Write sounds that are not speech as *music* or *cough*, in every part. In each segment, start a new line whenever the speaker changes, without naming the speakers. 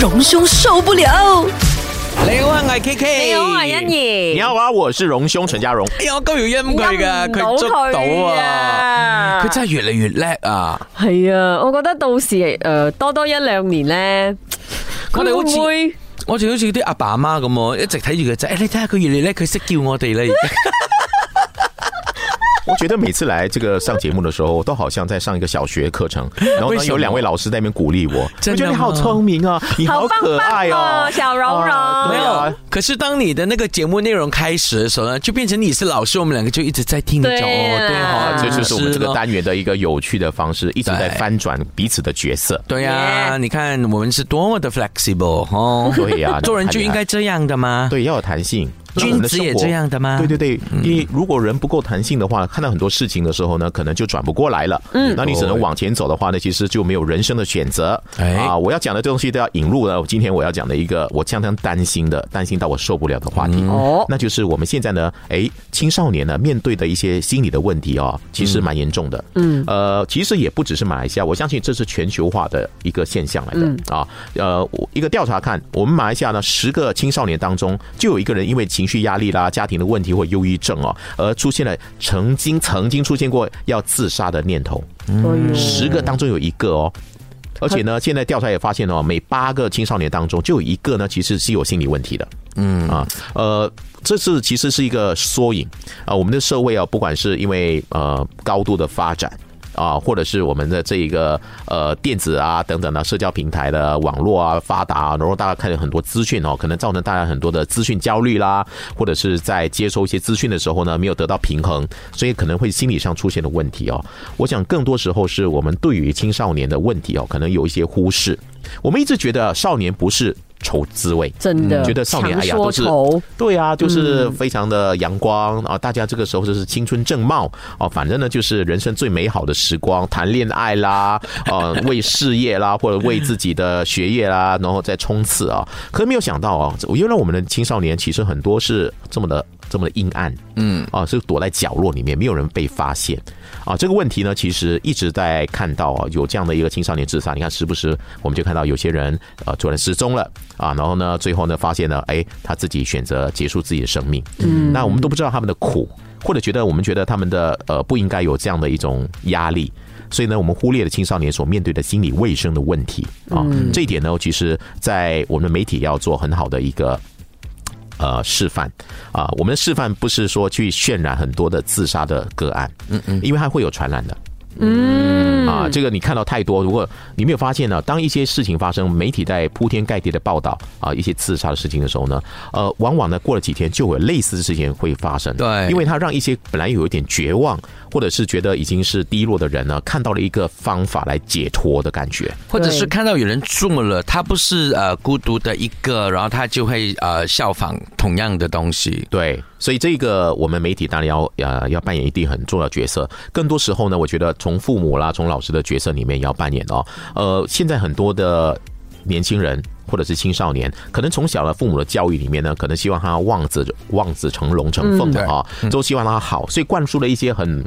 荣兄受不了。
你好啊，我系 K K。
你好
哎
啊，欣怡。
你好啊，我是榮兄陳家
*laughs*
榮。
哎呀，我高耀欣佢
陰
噶，
唔
佢捉到啊！佢真系越嚟越叻啊！
系啊，我覺得到時诶、呃多多一兩年咧，
我哋好似
佢會
啊我就好似啲阿爸阿媽咁喎，一直睇住 *laughs* 佢仔。哎你睇下佢越嚟越叻，佢識叫我 *laughs* 哋啦。而家
我觉得每次来这个上节目的时候，我都好像在上一个小学课程，然后
为
呢
什么
有两位老师在那边鼓励我，我
真的吗
觉得你好聪明啊，你
好棒
可爱
棒
哦
哦，，小柔柔。
啊
没
对
有，哦可是当你的那個節目內容開始的時候呢，就變成你是老師，我們兩個就一直在聽你講。
對啊
哦，對
啊
哦，
这就是我们这
老師
个
咯
单元的一个有趣的方式，一直在
对
翻转彼此的角色。
对呀、啊，你看我们是多么的 flexible *laughs* 哦。
对啊呀
做人就应该这样的吗？
对，要有弹性。让我
君
们的
子
生
也
活
这样的吗嗯
对对对，因为如果人不够弹性的话，看到很多事情的时候呢，可能就转不过来了。嗯，那你只能往前走的话呢，其实就没有人生的选择。
哎
啊，我要讲的东西都要引入了。我今天我要讲的一个我相当担心的，担心到我受不了的话题。
哦
那就是我们现在呢，哎，青少年呢面对的一些心理的问题哦，其实蛮严重的。嗯，呃，其实也不只是马来西亚，我相信这是全球化的一个现象来的、啊。呃，我一个调查看，我们马来西亚呢，十个青少年当中就有一个人因为情绪压力啦、家庭的问题或忧郁症哦，而出现了曾经曾经出现过要自杀的念头。
哎呦
嗯十个当中有一个哦。而且呢，现在调查也发现哦，每八个青少年当中就有一个呢，其实是有心理问题的。嗯啊，呃，这是其实是一个缩影啊、我们的社会啊，不管是因为呃高度的发展。啊，或者是我们的这一个呃电子啊等等的社交平台的网络啊发达、啊，然后大家看了很多资讯哦，可能造成大家很多的资讯焦虑啦，或者是在接收一些资讯的时候呢，没有得到平衡，所以可能会心理上出现的问题哦。我想更多时候是我们对于青少年的问题哦，可能有一些忽视。我们一直觉得少年不是愁滋味，
真的、
嗯觉得少年哎呀
常
都
说
是
愁
对啊，就是非常的阳光啊，大家这个时候就是青春正茂哦、反正呢就是人生最美好的时光，谈恋爱啦，呃，为事业啦，或者为自己的学业啦，然后再冲刺啊。可是没有想到啊，原来我们的青少年其实很多是这么的。这么的阴暗，嗯，啊，是躲在角落里面，没有人被发现，啊，这个问题呢，其实一直在看到啊，有这样的一个青少年自杀，你看时不时我们就看到有些人呃突然失踪了啊，然后呢，最后呢发现呢，哎，他自己选择结束自己的生命，嗯，那我们都不知道他们的苦，或者觉得我们觉得他们的呃不应该有这样的一种压力。所以呢，我们忽略了青少年所面对的心理卫生的问题啊，这一点呢，其实，在我们媒体要做很好的一个呃示范啊、我们的示范不是说去渲染很多的自杀的个案，嗯嗯，因为它会有传染的。嗯啊，这个你看到太多。如果你没有发现呢，当一些事情发生，媒体在铺天盖地的报道啊一些自杀的事情的时候呢，呃，往往呢过了几天就会有类似的事情会发生。
对
因为它让一些本来有一点绝望或者是觉得已经是低落的人呢，看到了一个方法来解脱的感觉。
或者是
对
看到有人中了，他不是呃孤独的一个，然后他就会呃效仿同样的东西。
对，所以这个我们媒体当然要呃要扮演一定很重要的角色。更多时候呢，我觉得从父母啦，从老师的角色里面也要扮演哦。呃，现在很多的年轻人或者是青少年，可能从小的父母的教育里面呢，可能希望他望子望子成龙成凤的啊、都希望他好，所以灌输了一些很。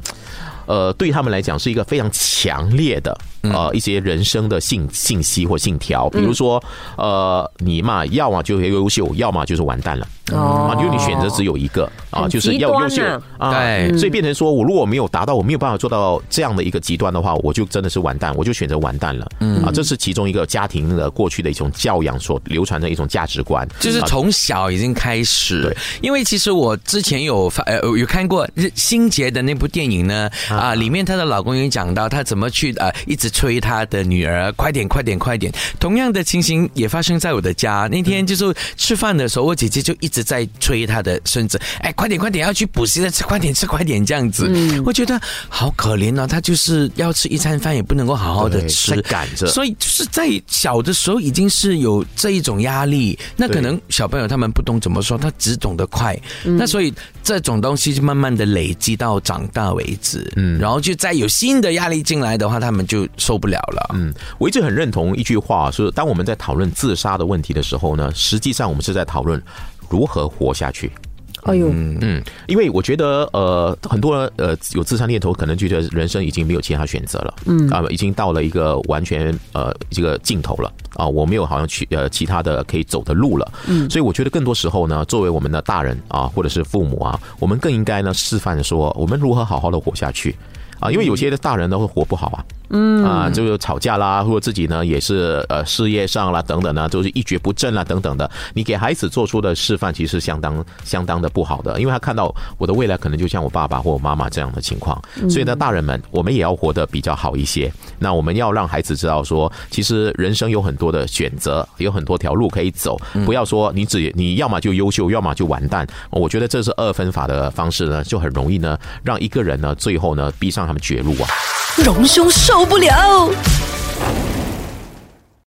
呃，对他们来讲是一个非常强烈的
嗯
呃一些人生的信信息或信条，比如说呃，你嘛要么就是优秀，要么就是完蛋了。
哦
啊，因为你选择只有一个啊，
很
就是
极
要优秀
端
啊，
对
所以变成说我如果没有达到，我没有办法做到这样的一个极端的话，我就真的是完蛋，我就选择完蛋了。嗯啊，这是其中一个家庭的过去的一种教养所流传的一种价值观，
就是
啊
从小已经开始
对，
因为其实我之前有发呃有看过日星杰的那部电影呢，啊、里面她的老公也讲到她怎么去呃一直催她的女儿快点快点快点。同样的情形也发生在我的家，那天就是吃饭的时候，我姐姐就一直在催她的孙子，哎，快点快点要去补习了，吃快点吃快点这样子。我觉得好可怜哦，她就是要吃一餐饭也不能够好好的
对
吃
在，赶着。
所以就是在小的时候已经是有这一种压力，那可
对
能小朋友他们不懂怎么说，他只懂得快，那所以这种东西就慢慢的累积到长大为止，嗯，然后就再有新的压力进来的话，他们就受不了了，嗯，
嗯，我一直很认同一句话，是当我们在讨论自杀的问题的时候呢，实际上我们是在讨论如何活下去。
哎呦，
嗯，因为我觉得呃，很多人呃有自杀念头，可能觉得人生已经没有其他选择了，嗯啊、已经到了一个完全呃这个尽头了啊、我没有好像去呃其他的可以走的路了，嗯，所以我觉得更多时候呢，作为我们的大人啊，或者是父母啊，我们更应该呢示范说我们如何好好的活下去。啊，因为有些的大人呢会活不好啊，嗯啊，就是吵架啦，或者自己呢也是呃事业上啦等等呢，就是一蹶不振啦等等的。你给孩子做出的示范，其实相当相当的不好的，因为他看到我的未来可能就像我爸爸或我妈妈这样的情况。所以呢，大人们，我们也要活得比较好一些。那我们要让孩子知道说，其实人生有很多的选择，有很多条路可以走，不要说你只你要么就优秀，要么就完蛋。我觉得这是二分法的方式呢，就很容易呢让一个人呢最后呢逼上他们绝路啊。
荣兄受不了。